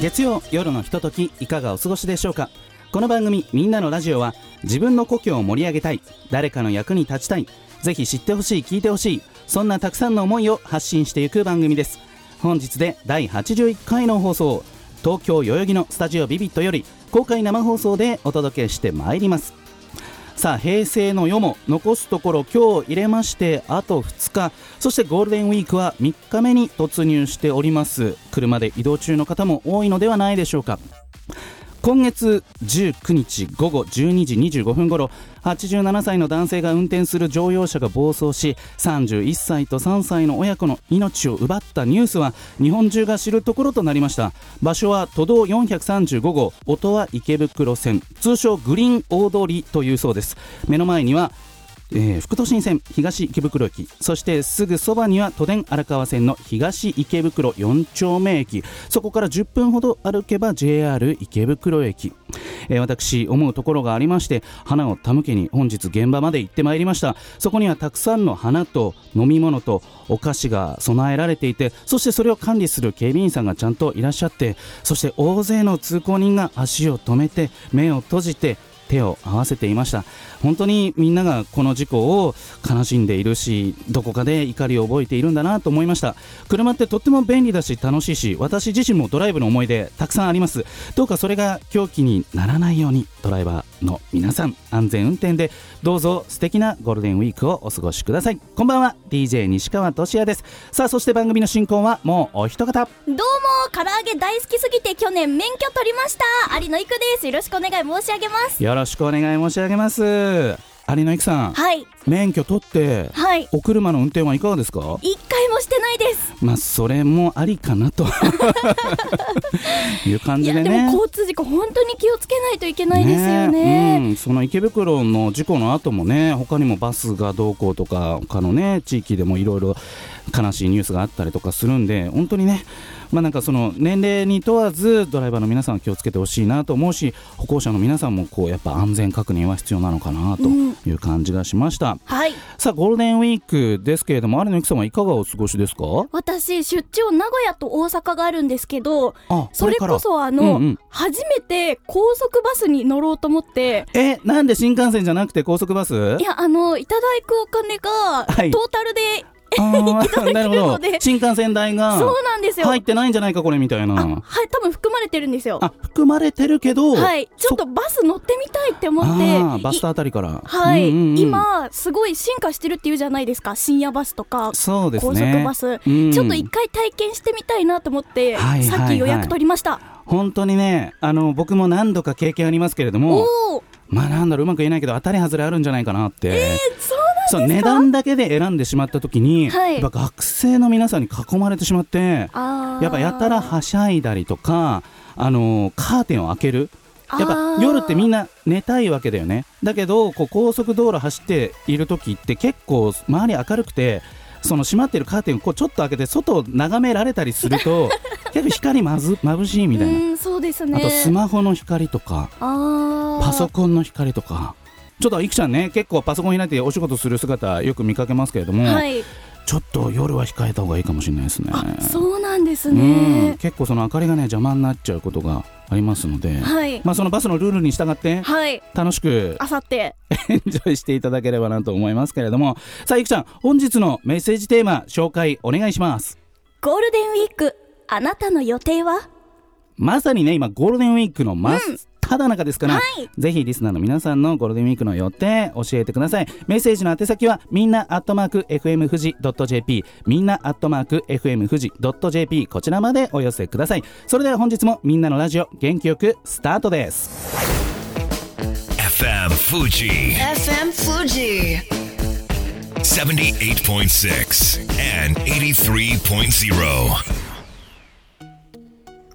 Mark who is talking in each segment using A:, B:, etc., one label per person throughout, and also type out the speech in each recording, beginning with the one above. A: 月曜夜のひとときいかがお過ごしでしょうかこの番組「みんなのラジオは」自分の故郷を盛り上げたい誰かの役に立ちたいぜひ知ってほしい聞いてほしいそんなたくさんの思いを発信していく番組です本日で第81回の放送東京代々木のスタジオビビットより公開生放送でお届けしてまいりますさあ平成の世も残すところ今日入れましてあと2日そしてゴールデンウィークは3日目に突入しております車で移動中の方も多いのではないでしょうか今月19日午後12時25分頃87歳の男性が運転する乗用車が暴走し31歳と3歳の親子の命を奪ったニュースは日本中が知るところとなりました場所は都道435号音羽池袋線通称グリーン大通りというそうです目の前にはえー副都心線東池袋駅そしてすぐそばには都電荒川線の東池袋4丁目駅そこから10分ほど歩けば JR 池袋駅、えー私思うところがありまして花を手向けに本日現場まで行ってまいりましたそこにはたくさんの花と飲み物とお菓子が備えられていてそしてそれを管理する警備員さんがちゃんといらっしゃってそして大勢の通行人が足を止めて目を閉じて手を合わせていました本当にみんながこの事故を悲しんでいるしどこかで怒りを覚えているんだなと思いました車ってとっても便利だし楽しいし私自身もドライブの思い出たくさんありますどうかそれが狂気にならないようにドライバーの皆さん安全運転でどうぞ素敵なゴールデンウィークをお過ごしくださいこんばんは DJ 西川俊也ですさあそして番組の進行はもうお一方
B: どうも唐揚げ大好きすぎて去年免許取りました有野いくですよろしくお願い申し上げます
A: よろしくお願い申し上げます有野育さん
B: はい
A: 免許取って
B: はい
A: お車の運転はいかがですか
B: 一回もしてないです
A: まあそれもありかな という感
B: い
A: じ
B: や
A: で
B: で
A: ね
B: も交通事故本当に気をつけないといけないですよね
A: えうん、その池袋の事故の後もね他にもバスがどうこうとか他のね地域でもいろいろ悲しいニュースがあったりとかするんで本当にねまあなんかその年齢に問わずドライバーの皆さんは気をつけてほしいなと思うし歩行者の皆さんもこうやっぱ安全確認は必要なのかなという感じがしました、
B: はい
A: さあゴールデンウィークですけれども有野由紀さんはいかがお過ごしですか
B: 私出張名古屋と大阪があるんですけど
A: あ
B: それ
A: か
B: こ
A: ら
B: そあの、
A: うんうん
B: 初めて高速バスに乗ろうと思って
A: えなんで新幹線じゃなくて高速バス
B: いやあのいただくお金が、
A: はい
B: トータルで
A: あ ーなるほど
B: ので
A: 新幹線代が
B: そうなんですよ、
A: 入ってないんじゃないかこれみたい
B: あ
A: な
B: はい多分含まれてるんですよ
A: あ含まれてるけど
B: はいちょ
A: そ
B: っとバス乗ってみたいって思
A: あ
B: っ
A: ー
B: て
A: バスタ
B: い
A: ーあたりから
B: はい、
A: うんうんうん
B: 今すごい進化してるっていうじゃないですか深夜バスとか、
A: そうですね
B: 高速バス、
A: うん
B: ちょっと一回体験してみたいなと思って、
A: はいはい
B: さっき予約取りました、
A: 本当にねあの僕も何度か経験ありますけれども
B: おお
A: まあなんだろううまく言えないけど当たり外れあるんじゃないかなって、
B: そう
A: そう値段だけで選んでしまった時に、
B: は
A: や
B: い
A: っぱ学生の皆さんに囲まれてしまって
B: あー
A: やっぱやたらはしゃいだりとか、あのーカーテンを開ける。やっ
B: あ
A: ぱ
B: ー
A: 夜ってみんな寝たいわけだよね。だけど、こう高速道路走っている時って結構周り明るくて、その閉まってるカーテンをこうちょっと開けて外を眺められたりする と、結構光まず眩しいみたいうな。
B: んそうですね
A: あとスマホの光とか、
B: あー
A: パソコンの光とか。ちょっといくちゃんね、結構パソコン開いてお仕事する姿よく見かけますけれども、
B: はい
A: ちょっと夜は控えた方がいいかもしれないですね。
B: あそうなんです
A: うん
B: ね
A: 結構その明かりがね邪魔になっちゃうことがありますので、
B: はい
A: まあそのバスのルールに従って
B: はい
A: 楽しく
B: あさって
A: エンジョイしていただければなと思いますけれどもさあゆきちゃん本日のメッセージテーマ紹介お願いします
B: ゴールデンウィークあなたの予定は
A: まさにね今ゴールデンウィークの真っ只中ですから、
B: はい
A: ぜひリスナーの皆さんのゴールデンウィークの予定教えてくださいメッセージの宛先はみんなアットマーク FM 富士 .jp みんなアットマーク FM 富士 .jp こちらまでお寄せくださいそれでは本日もみんなのラジオ元気よくスタートです
C: FM Fuji
D: FM Fuji.
C: 78.6 and 83.0.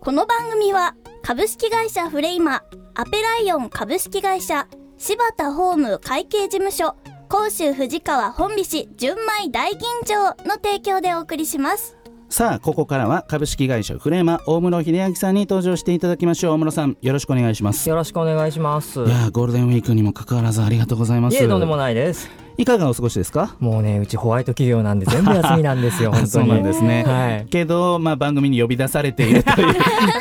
B: この番組は株式会社フレイマアペライオン株式会社柴田ホーム会計事務所甲州藤川本美市純米大吟醸の提供でお送りします
A: さあここからは株式会社フレーマ大室秀明さんに登場していただきましょう大室さんよろしくお願いしますい
D: よろしくお願いします。
A: やーゴールデンウィークにもかかわらずありがとうございます
D: いえ、とんでもないです。
A: いかがお過ごしですか
D: もうね、うちホワイト企業なんで全部休みなんですよ、本当 に。
A: そうなんですね、
D: はい。
A: けど、まあ、番組に呼び出されていると いう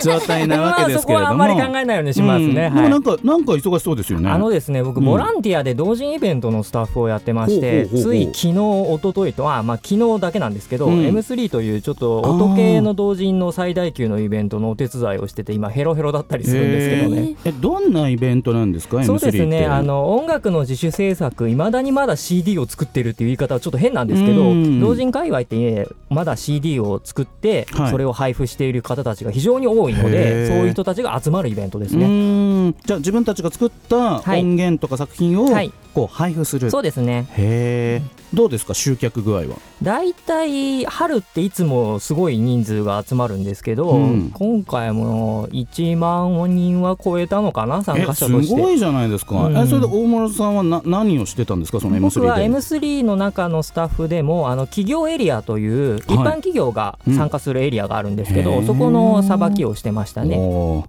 A: 状態なわ
D: ま
A: け
D: あ
A: で
D: そ
A: すけ
D: こ
A: れ
D: はあ
A: ど
D: ん
A: も、
D: まり考えないようにしますね。
A: うん
D: は
A: でも
D: い
A: なんかなんか忙しそうですよね
D: あのですね僕
A: うん
D: ボランティアで同人イベントのスタッフをやってまし
A: ほう
D: て、
A: ほうほうほう
D: つい昨日一昨日とあまあ昨日だけなんですけど、
A: うん
D: M3 というちょっと音系の同人の最大級のイベントのお手伝いをしてて今ヘロヘロだったりするんですけどね。
A: えーえどんなイベントなんですか M3 って
D: そうですねあの音楽の自主制作いまだにまだ CD を作ってるっていう言い方はちょっと変なんですけ
A: う
D: ど
A: ん
D: 同人界隈ってねまだ CD を作って、
A: はい
D: それを配布している方たちが非常に多いの
A: へー
D: でそういう人たちが集まるイベントです
A: う
D: ね。
A: ーんじゃあ自分たちが作った
D: はい
A: 音源とか作品を
D: はい
A: こう配布する、
D: そうですね
A: へえどうですか集客具合は
D: 大体春っていつもすごい人数が集まるんですけど、
A: うん
D: 今回も1万人は超えたのかな参加者とし
A: す
D: て
A: ごいじゃないですか、
D: うん
A: えそれで大村さんはな何をしてたんですかその M3 で
D: 僕は M3 の中のスタッフでもあの企業エリアという一般企業が参加するエリアがあるんですけど、
A: うん
D: そこのさばきをしてましたね
A: おー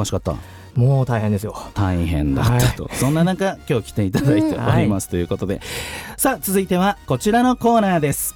A: 忙しかった
D: もう大変ですよ
A: 大変だったと、そんな中今日来ていただいておりますということで、さあ続いてはこちらのコーナーです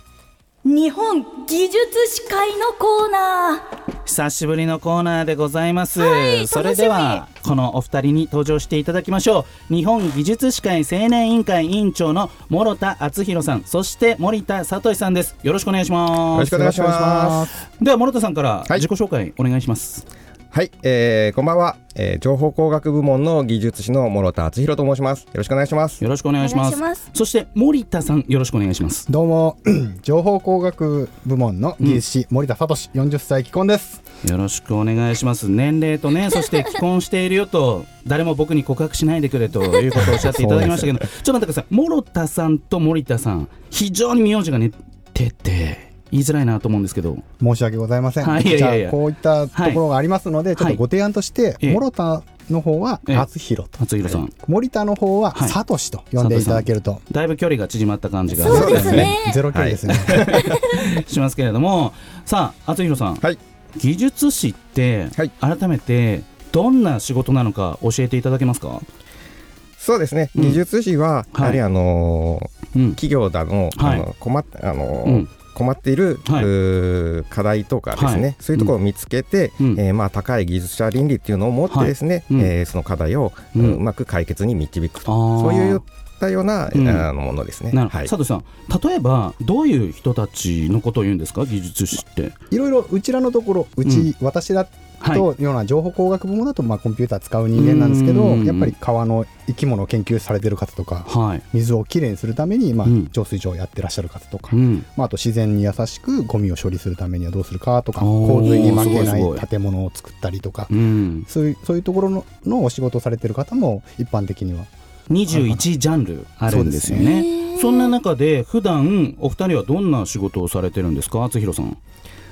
B: 日本技術士会のコーナー
A: 久しぶりのコーナーでございます、
B: はい
A: それではこのお二人に登場していただきましょう日本技術士会青年委員会委員長の諸田敦弘さんそして森田聡さんですよろしくお願いします
E: よろしくお願いします
A: では諸田さんから
E: はい
A: 自己紹介お願いします、
E: はい、えー、こんばんは、えー、情報工学部門の技術士の諸田敦弘と申しますよろしくお願いします
A: よろしくお願いします
B: お願いします
A: そして森田さんよろしくお願いします
F: どうも 情報工学部門の技術士、森田聡40歳既婚です
A: よろしくお願いします年齢と ねそして既婚しているよと誰も僕に告白しないでくれということをおっしゃっていただきましたけどちょっと待ってください諸田さんと森田さん非常に名字がねてて言いづらいなと思うんですけど
F: 申し訳ございません、
A: はいいやいやいや
F: じゃあこういったところがありますので、ちょっとご提案として、
A: ええ
F: 諸田の方は
A: ええ
F: 厚弘と、
A: 厚弘さん、
F: 森田の方は
A: はい
F: 聡と呼んでいただけると、
A: だいぶ距離が縮まった感じが
B: そうですね
F: ゼロ距離ですね、
A: しますけれどもさあ厚弘さん、
E: はい
A: 技術士って、
E: はい
A: 改めてどんな仕事なのか教えていただけますか、
E: そうですね、
A: うん
E: 技術士は
A: はい
E: やはりあのー
A: うん
E: 企業だの,、
A: はい
E: あの困っあのー
A: うん
E: 困っている、
A: はいう
E: ー課題とかですね、
A: はい
E: そういうところを見つけて、
A: うん
E: えーまあ、高い技術者倫理っていうのを持ってですね、
A: うん
E: えーその課題を、
A: う
E: うんんうまく解決に導く
A: あ
E: と
A: ー
E: そういったような、
A: うん
E: あのものですね。
A: なるほど、
E: はい
A: 佐藤さん例えばどういう人たちのことを言うんですか技術士って
F: いろいろうちらのところうち、私だ
A: はい
F: とような情報工学部門だと、まあ、コンピューター使う人間なんですけど
A: うん
F: やっぱり川の生き物を研究されてる方とか
A: はい、
F: 水をきれいにするために、まあ
A: うん
F: 浄水場をやってらっしゃる方とか
A: う、ん、
F: まあ、あと自然に優しくゴミを処理するためにはどうするかとか
A: おー
F: 洪水に負け
A: すご
F: な
A: いすごい
F: い建物を作ったりとか
A: うん、
F: そういうそういうところののお仕事をされてる方も一般的には
A: 21ジャンルあるんですよねそ
B: そうですね
A: んな中で普段お二人はどんな仕事をされてるんですか厚弘さん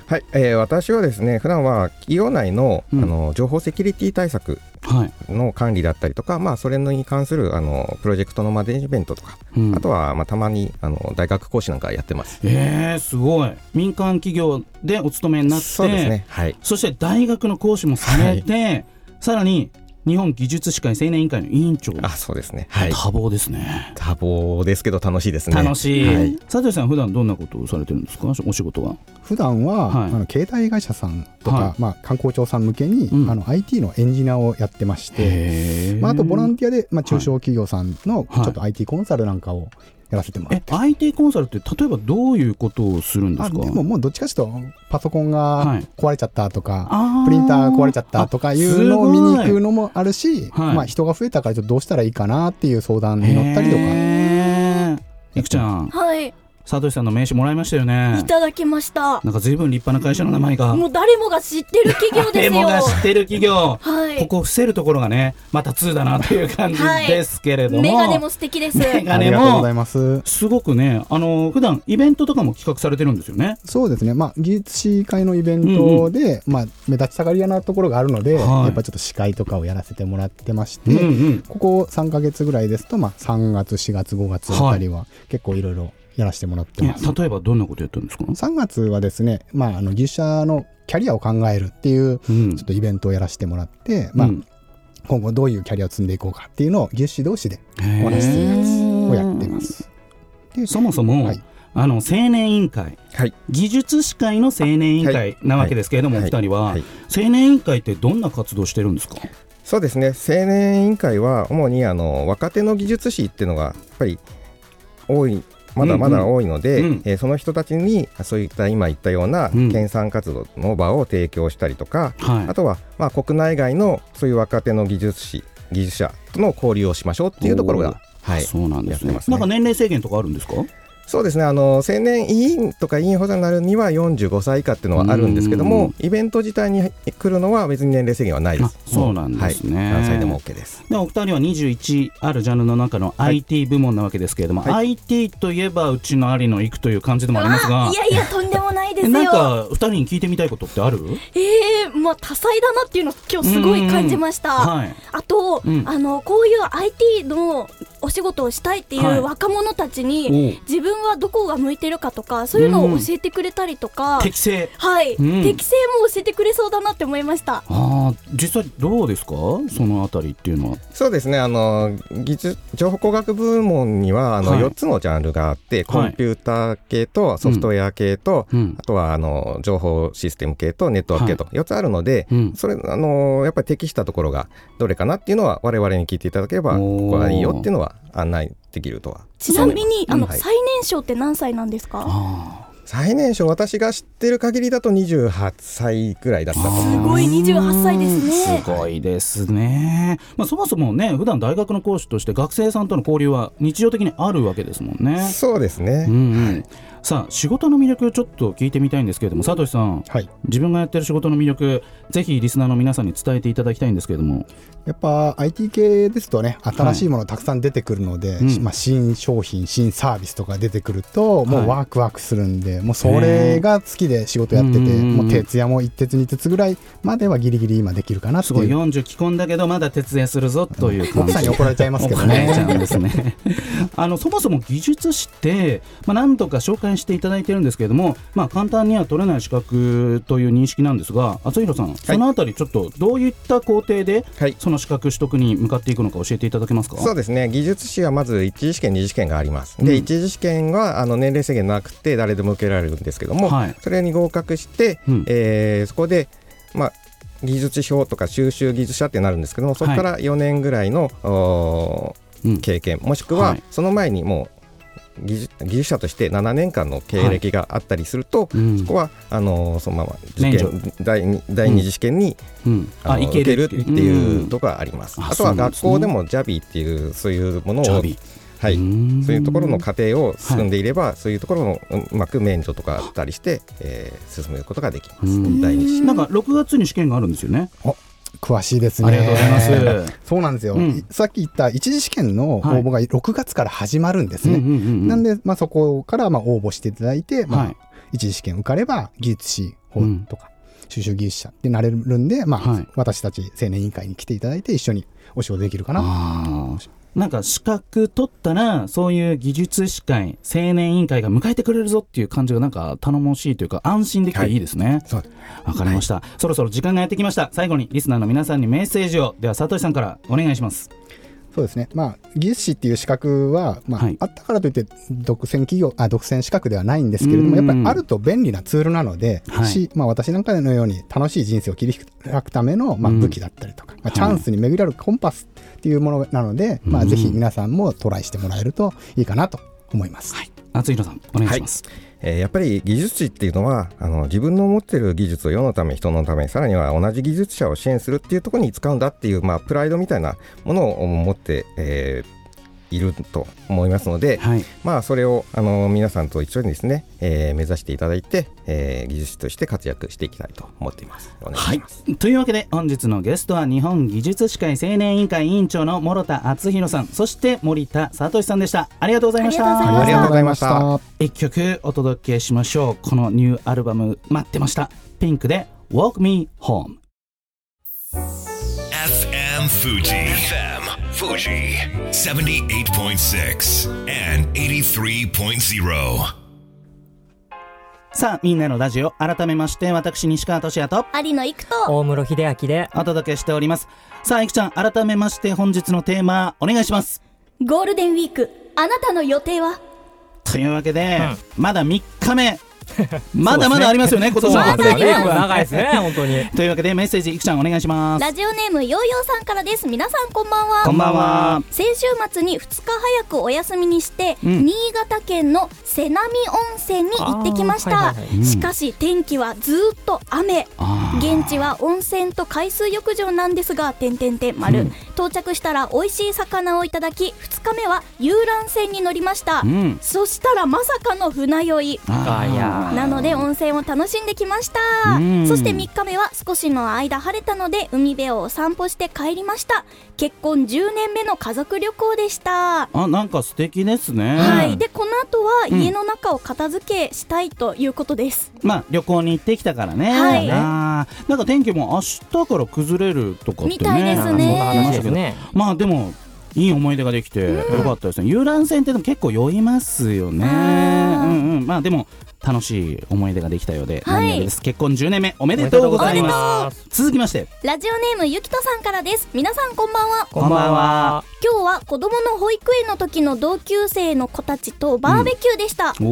E: はい、えー私はですね普段は企業内の,、
A: うん
E: あの情報セキュリティ対策
A: はい、
E: の管理だったりとか、まあ、それに関するあのプロジェクトのマネジメントとか、
A: うん
E: あとは、まあ、たまにあの大学講師なんかやってます。
A: えー、すごい民間企業でお勤めになって
E: そうですね、はい、
A: そして大学の講師もされて、さらに日本技術士会青年委員会の委員長
E: あそうですね、はい
A: 多、忙ですね
E: 多忙ですけど楽しいですね。
A: 楽しい、
E: はい
A: 佐藤さん普段どんなことをされてるんですかお仕事は
F: 普段は、
A: はい
F: あの携帯会社さんとか、
A: は
F: まあ、観光庁さん向けに、
A: うん
F: あの IT のエンジニアをやってまして、
A: へー
F: まあ、あとボランティアで、まあ、中小企業さんのち
A: はい
F: ょっと IT コンサルなんかをやらせてもらっ
A: え
F: て。
A: IT コンサルって例えばどういうことをするんで
F: あ
A: すか
F: でももうどっちかというとパソコン
A: は
F: が
A: い
F: 壊れちゃったとか、
A: あー
F: プリンター壊れちゃったとかいうのを見に行くのもあるし、
A: はい
F: まあ、人が増えたからちょっとどうしたらいいかなっていう相談に乗ったりとか
A: へーいくちゃん
B: はい
A: サトシさんの名刺もらいましたよね
B: いただきました
A: なんか随分立派な会社の名前が
B: もう誰もが知ってる企業です
A: 誰
B: よ
A: もが知ってる企業
B: はい
A: ここ伏せるところがねまた2だなという感じ
B: はい
A: ですけれども、
B: メガネも素敵です
A: メガ
F: あ
A: ネ
F: りがとうござ
A: も
F: います。
A: すごくねあの普段イベントとかも企画されてるんですよね
F: そうですね、まあ、技術士会のイベントで、まあ、目立ちたがり屋なところがあるので、
A: はい
F: やっぱちょっと司会とかをやらせてもらってまして、
A: うんうん
F: ここ3ヶ月ぐらいですと、まあ、3月、4月、5月あたりは結構いろいろやらせてもらって
A: い
F: ま
A: や
F: す。
A: 例えばどんなことやったんですか、
F: 3月はですね、まあ、あの技術者のキャリアを考えるっていう
A: うん
F: ちょっとイベントをやらせてもらって、まあ
A: うん
F: 今後どういうキャリアを積んでいこうかっていうのを技術士同士でお話しするやつをやってます。で
A: そもそも、
F: はい
A: あの青年委員会
E: はい
A: 技術士会の青年委員
E: は
A: 会なわけですけれども、お
E: はい
A: 二人は、
E: はい
A: 青年委員会ってどんな活動してるんですか、
E: そうですね青年委員会は主にあの若手の技術士っていうのがやっぱり多いまだまだ多いので、
A: うんうんうん
E: えーその人たちにそういった今言ったような
A: うん
E: 研鑽活動の場を提供したりとか、
A: はい
E: あとはまあ国内外のそういう若手の技術士技術者との交流をしましょうっていうところ
A: おー
E: が、はい、
A: そうなんですね
E: やってますね
A: なんか年齢制限とかあるんですか
E: そうですねあの青年委員とか委員補佐になるには45歳以下っていうのはあるんですけど
A: うん
E: もイベント自体に来るのは別に年齢制限はないで
A: あ
E: す
A: そうなんですね
E: はい、何歳でも OK です
A: でお二人は21あるジャンルの中の
E: はい
A: IT 部門なわけですけれども、
E: は
A: IT といえばうちの有野行くという感じでもありますが
B: あいやいやとんでもないです
A: えなん
B: よ
A: か二人に聞いてみたいことってある
B: ええまあ多彩だなっていうのを今日すごい感じました、
A: はい
B: あと、
A: うん
B: あのこういう IT のお仕事をしたいってい
A: はいう
B: 若者たちに、
A: おう
B: 自分はどこが向いてるかとかそういうのを教えてくれたりとか、
A: 適正
B: はい、
A: うん
B: 適性も教えてくれそうだなって思いました
A: あー実際どうですかそのあたりっていうのは
E: そうですねあの技術情報工学部門にはあの
A: はい
E: 4つのジャンルがあって、コンピューター系とソフトウェア系と、
A: うん
E: あとはあの情報システム系とネットワーク系と4つあるので、
A: うん
E: それあのやっぱり適したところがどれかなっていうのは我々に聞いていただければ
A: おー
E: ここがいいよっていうのは案内できるとは
B: ちなみに、
E: うん
B: あの、
E: はい
B: 最年少って何歳なんですか
A: あ
E: 最年少私が知ってる限りだと28歳ぐらいだったと
A: ー
E: 思
B: す
E: います
B: ごい28歳ですね
A: すごいですね、まあ、そもそもね普段大学の講師として学生さんとの交流は日常的にあるわけですもんね
E: そうですね、
A: うんうん、さあ仕事の魅力ちょっと聞いてみたいんですけれども佐藤さん
F: はい、
A: 自分がやってる仕事の魅力ぜひリスナーの皆さんに伝えていただきたいんですけれども
F: やっぱ IT 系ですとね新しいものたくさん出てくるので、
A: うん
F: まあ、新商品新サービスとか出てくるとも
A: はいう
F: ワクワクするんで、もうそれが好きで仕事やってて、
A: へー
F: もう徹夜も一徹二徹ぐらいまではギリギリ今できるかなって
A: すごい
F: いう
A: 40着込んだけどまだ徹夜するぞという感
F: 奥
A: じ
F: さんに怒られちゃいますけど
A: 怒られちゃ
F: ね。
A: うんですね あのそもそも技術士って、まあ、何度か紹介していただいてるんですけれども、まあ、簡単には取れない資格という認識なんですが厚弘さん、そのあたりちょっとどういった工程で
E: はい
A: その資格取得に向かっていくのか教えていただけますか
E: そうですね技術士はまず一次試験二次試験がありますで、
A: うん
E: 一次試験はあの年齢制限なくて誰でも受けられるんですけども、
A: はい
E: それに合格して、
A: うん
E: えーそこで、まあ、技術士表とか収集技術者ってなるんですけどもそこから4年ぐらいの、おー
A: うん
E: 経験もしく
A: は
E: はいその前にもう技術技術者として7年間の経歴があったりすると、
A: うん
E: そこはあのーそのまま試
A: 免
E: 験第二第二次試験に、
A: うん
E: あの受けるっていうんとこがあります、
A: あ
E: あとは
A: そうなんで
E: 学
A: すね
E: 校でも Javi っていうそういうものを
A: ジャビ
E: はい、
A: うん
E: そういうところの過程を進んでいれば、そういうところのうんうまく免除とかあったりして、えー進めることができます、
A: うん
E: 第二
A: なんか6月に試験があるんですよね。
F: 詳しいですね。
A: ありがとうございます。
F: そうなんですよ、
A: うん
F: さっき言った一次試験の応募が6月から始まるんですね。なん
A: で、
F: で、まあ、そこからまあ応募していただいて、ま
A: は
F: あ
A: い、
F: 一次試験受かれば技術士法とか収集技術者ってなれるんで、まあ
A: はい
F: 私たち青年委員会に来ていただいて一緒にお仕事できるかな。
A: あーなんか資格取ったらそういう技術士会青年委員会が迎えてくれるぞっていう感じがなんか頼もしいというか安心できていいですね。
E: そうで
A: わかりました、そろそろ時間がやってきました。最後にリスナーの皆さんにメッセージをでは佐藤さんからお願いします。
F: そうですね。まあ技術士っていう資格は、まあ
A: はい
F: あったからといって独占企業あ独占資格ではないんですけれども、
A: う
F: や
A: ん
F: っぱりあると便利なツールなので、
A: はい
F: しまあ私なんかのように楽しい人生を切り開くためのまあ
A: うん
F: 武器だったりとか、まあチャンスに巡り合うコンパスっていうものなので、まあぜひ皆さんもトライしてもらえるといいかなと思います。
A: 厚弘さんお願いします。
E: えーやっぱり技術士っていうのはあの自分の持ってる技術を世のため人のためさらには同じ技術者を支援するっていうところに使うんだっていう、まあ、プライドみたいなものを持って、えーいると思いますので、
A: はい
E: まあ、それをあの皆さんと一緒にですね、えー目指していただいて、えー技術士として活躍していきたいと思っています。お願い
A: は
E: し
A: い
E: ます。、
A: というわけで本日のゲストは日本技術士会青年委員会委員長の諸田敦弘さんそして森田聡さんでしたありがとうございました
B: ありがとうございました
E: ありがとうございました。
F: ありがとうございまし
A: 一曲お届けしましょうこのニューアルバム待ってましたピンクで「Walk Me Home」
C: FM Fuji. FM Fuji. 78.6 and 83.0.
A: さあみんなのラジオ改めまして私西川俊也と
B: 有野行くと
D: 大室秀明で
A: お届けしておりますさあいくちゃん改めまして本日のテーマお願いします
B: ゴールデンウィークあなたの予定は
A: というわけで、まだ3日 目まだまだありますよね今年
D: そう
A: は
D: なんですよね
B: まだあります
D: 長いです ね本当に
A: というわけでメッセージいくちゃんお願いします
B: ラジオネームヨーヨーさんからです皆さんこんばんは
A: こんばんは
B: 先週末に2日早くお休みにして、
A: うん
B: 新潟県の瀬波温泉に行ってきました、
D: あーはいはいは
A: うん
B: しかし天気はずーっと雨
A: あー
B: 現地は温泉と海水浴場なんですが、点点点丸、到着したら美味しい魚をいただき、2日目は遊覧船に乗りました。
A: うん
B: そしたらまさかの船酔い。
A: あー
D: あいや
B: なので温泉を楽しんできました
A: うん
B: そして3日目は少しの間晴れたので海辺をお散歩して帰りました結婚10年目の家族旅行でした
A: あなんか素敵ですね
B: はいでこの後は
A: うん
B: 家の中を片付けしたいということです、
A: まあ旅行に行ってきたからね、
B: はい
A: あーなんか天気も明日から崩れるとかってね
B: みたいですね
A: なんか聞きましたけどまあでもいい思い出ができてよかったですね、遊覧船ってでも結構酔いますよねう
B: あー
A: んうんまあでも楽しい思い出ができたようで、
B: はい
A: 何よりです結婚10年目おめでとうございます
D: す
A: 続きまして
B: ラジオネームゆきとさんからです皆さんこんばんは
A: こんばんは
B: 今日は子供の保育園の時の同級生の子たちとバーベキューでした、
A: お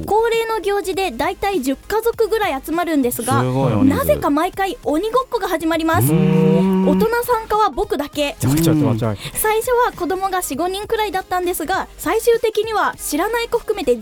A: ー
B: 恒例の行事でだいたい10家族ぐらい集まるんですが
A: すごいお人数
B: なぜか毎回鬼ごっこが始まります大人参加は僕だけ
F: た。ちょっと待って
B: 最初は子供が45人くらいだったんですが最終的には知らない子含めて15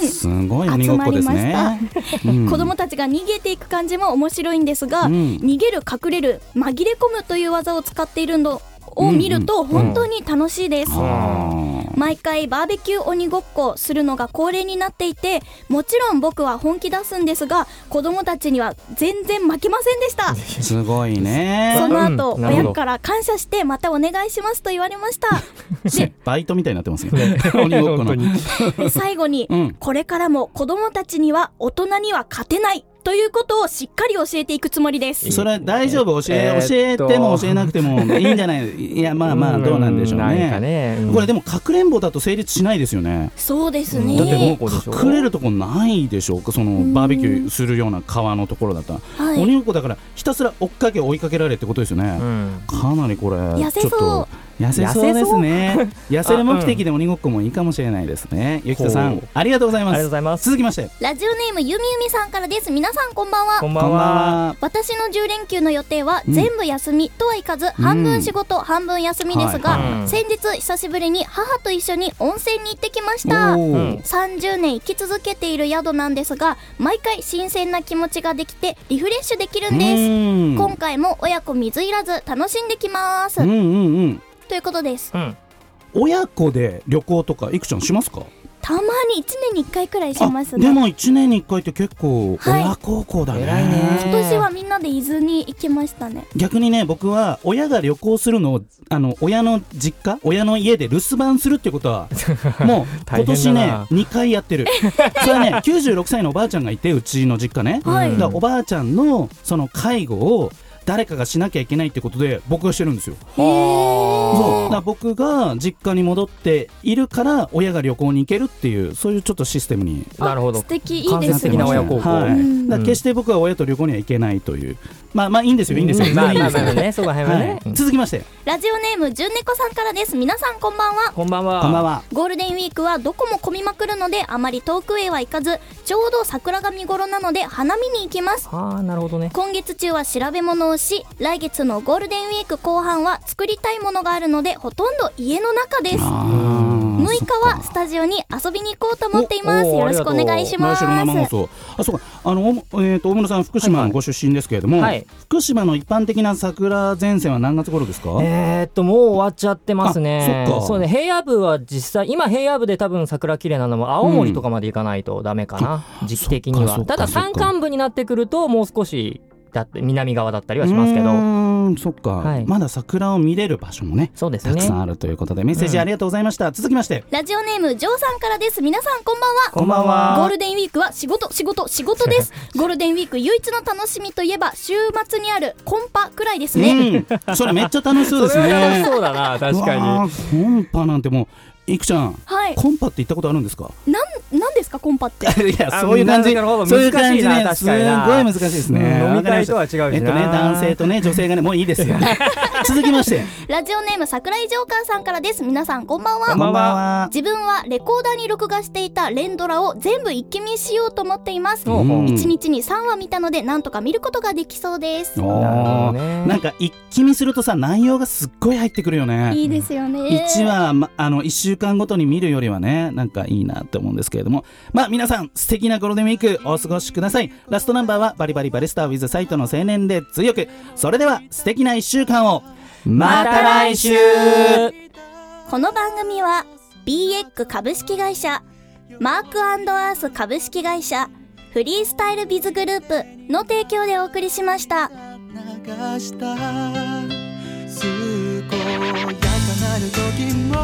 B: 人
A: すごい鬼ごっこです
B: 集ま
A: ね
B: り子供たちが逃げていく感じも面白いんですが、
A: うん
B: 逃げる隠れる紛れ込むという技を使っているのを見ると本当に楽しいです、
A: あー
B: 毎回バーベキュー鬼ごっこするのが恒例になっていてもちろん僕は本気出すんですが子供たちには全然負けませんで した
A: すごいね
B: その後、
D: うんなるほど
B: 親から感謝してまたお願いしますと言われました で
A: バイトみたいになってますよ。鬼ごっこの。
B: 最後に、
A: うん
B: これからも子供たちには大人には勝てないということをしっかり教えていくつもりです
A: それは大丈夫教え、
D: えーっと
A: 教えても教えなくてもいいんじゃないいやまあまあどうなんでしょう
D: な
A: ね
D: んかねうん
A: これでもかくれんぼだと成立しないですよね
B: そうです
D: だって
B: ね
D: もうこうでしょ
A: 隠れるとこないでしょうかそのバーベキューするような川のところだったら、
B: はい
A: 鬼ごっこだからひたすら追っかけ追いかけられってことですよね、
D: うん
A: かなりこれ痩
B: せそう
A: 痩せそうですね痩せる目的で鬼ごっこもいいかもしれないですね、ゆきとさ
D: ほ
A: ん
D: う
A: ありがとうござい
D: あ
A: ま
D: りがとう
A: す
D: ございます
A: 続きまして
B: ラジオネームゆみゆみさんからです皆さんこんばんは
D: こんばんは
B: 私の10連休の予定は
A: うん
B: 全部休みとはいかず、半分仕事、半分休みですが、
D: はいはい
B: 先日久しぶりに母と一緒に温泉に行ってきま
A: こ
B: し
A: んば
B: た
A: んはおー
D: うん
B: 30年生き続けている宿なんですが毎回新鮮な気持ちができてリフレッシュできるんです
A: うん
B: 今回も親子水いらず楽しんできます
A: うんうんうん
B: ということです
D: うん
A: 親子で旅行とかいくちゃんしますか
B: たまに1年に1回くらいします
A: あで
B: ね
A: も1年に1回って結構
B: はい
A: 親孝行だね,、
D: 偉いね
B: 今年はみんなで伊豆に行きましたね
A: 逆にね僕は親が旅行するのをあの親の実家親の家で留守番するってこと はもう今
D: 大変だな
A: 年ね2回やって るそれはね96歳のおばあちゃんがいてうちの実家ね、
B: はい
A: だからおばあちゃんのその介護を誰かがしなきゃいけないってことで僕がしてるんですよ
B: へ
A: そうだ
B: ー
A: から僕が実家に戻っているから親が旅行に行けるっていうそういうちょっとシステムに
D: なるほ
B: あ
D: ど
B: 素敵いいです
D: 間接的
B: ね
D: な親孝行
A: はい
B: うん
A: だから決して僕は親と旅行には行けないというまあまあいいんですよいいんですよ、
D: うまあまあ
A: 全然い
D: ま
A: い
D: あ
A: んですよ
D: ねそこら辺は
A: は
D: ね
A: い、続きまして
B: ラジオネームじゅんねこさんからです皆さんこんばんは
D: こんばんは
A: こんばんは
B: ゴールデンウィークはどこも混みまくるのであまり遠くへは行かずちょうど桜が見頃なので花見に行きます
D: ああなるほどね
B: 今月中は調べ物をし来月のゴールデンウィーク後半は作りたいものがあるのでほとんど家の中です
A: あー
B: 無6日はスタジオに遊びに行こうと思っています。
D: おお
B: よろしくお願いしま
A: 来
B: す。
A: 週の生放送あそうかあのおもえーと大村さん福
D: はい
A: 島
D: はい
A: ご出身ですけれども、
D: はい
A: 福島の一般的な桜前線は何月頃ですか、
D: えー、っともう終わっちゃってますね。
A: あそっか
D: うね平野部は実際今平野部で多分桜綺麗なのは青森とかまで行かないとダメかな、時期的に
A: そ
D: は。
A: っかそっか
D: ただ
A: そっか
D: 山間部になってくるともう少しだって南側だったりはしますけ
A: う
D: ど。
A: ーんそっか、
D: はい
A: まだ桜を見れる場所もね
D: そうです
A: たく
D: ね
A: さ。んあるということでメッセージありがとうございました、続きまして
B: ラジオネームジョーさんからです。皆さんこんばんは。
A: こんばんは
B: ゴールデンウィークは仕事仕事仕 事です。ゴールデンウィーク唯一の楽しみといえば週末にあるコンパくらいですね。
A: うんそれめっちゃ楽しそうです
D: それは楽し
A: ね
D: そうだな確かに。
A: うわーコンパなんてもういくちゃん
B: はい。
A: コンパって言ったことあるんですか
B: なんなんですかコンパって。
A: いや
D: あ
A: そういう感じ
D: なるほど
A: そういう感じね
D: 難
A: す
D: し
A: んご
D: いない確かに
A: 難
D: な
A: しいですね
D: うん飲み会とは違うしな
A: わかりましたえっとね男性と ね女性がねもういいですよ続きまして
B: ラジオネーム桜井ジョーカーさんからです。皆さんこんばんは。
A: こんばんは
B: 自分はレコーダーに録画していた連ドラを全部一気見しようと思っています。
D: ほうほう
A: うん
B: 一日に3話見たのでなんとか見ることができそうです。
A: おー
D: なるほどね
A: なんか一気見するとさ内容がすっごい入ってくるよね
B: いいですよね。
A: 1話、ま、あの1週間ごとに見るよりはねなんかいいなって思うんですけれどもまあ皆さん素敵なゴールデンウィークお過ごしくださいラストナンバーはバリバリバリスター with サイトの青年で強くそれでは素敵な1週間をまた来週
B: この番組は BX 株式会社マークアース株式会社フリースタイルビズグループの提供でお送りしました。
G: 流した健やかなる時も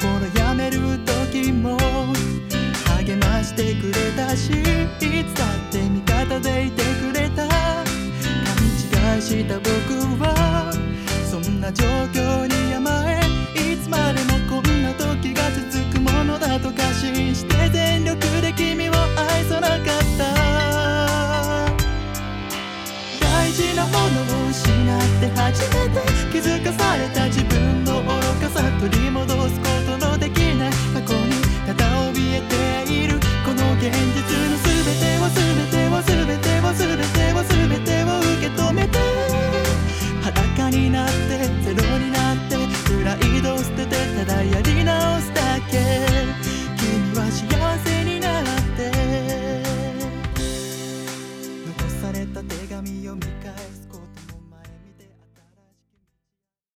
G: 心やめる時も励ましてくれたしいつだって味方でいてくれた勘違いした僕はそんな状況に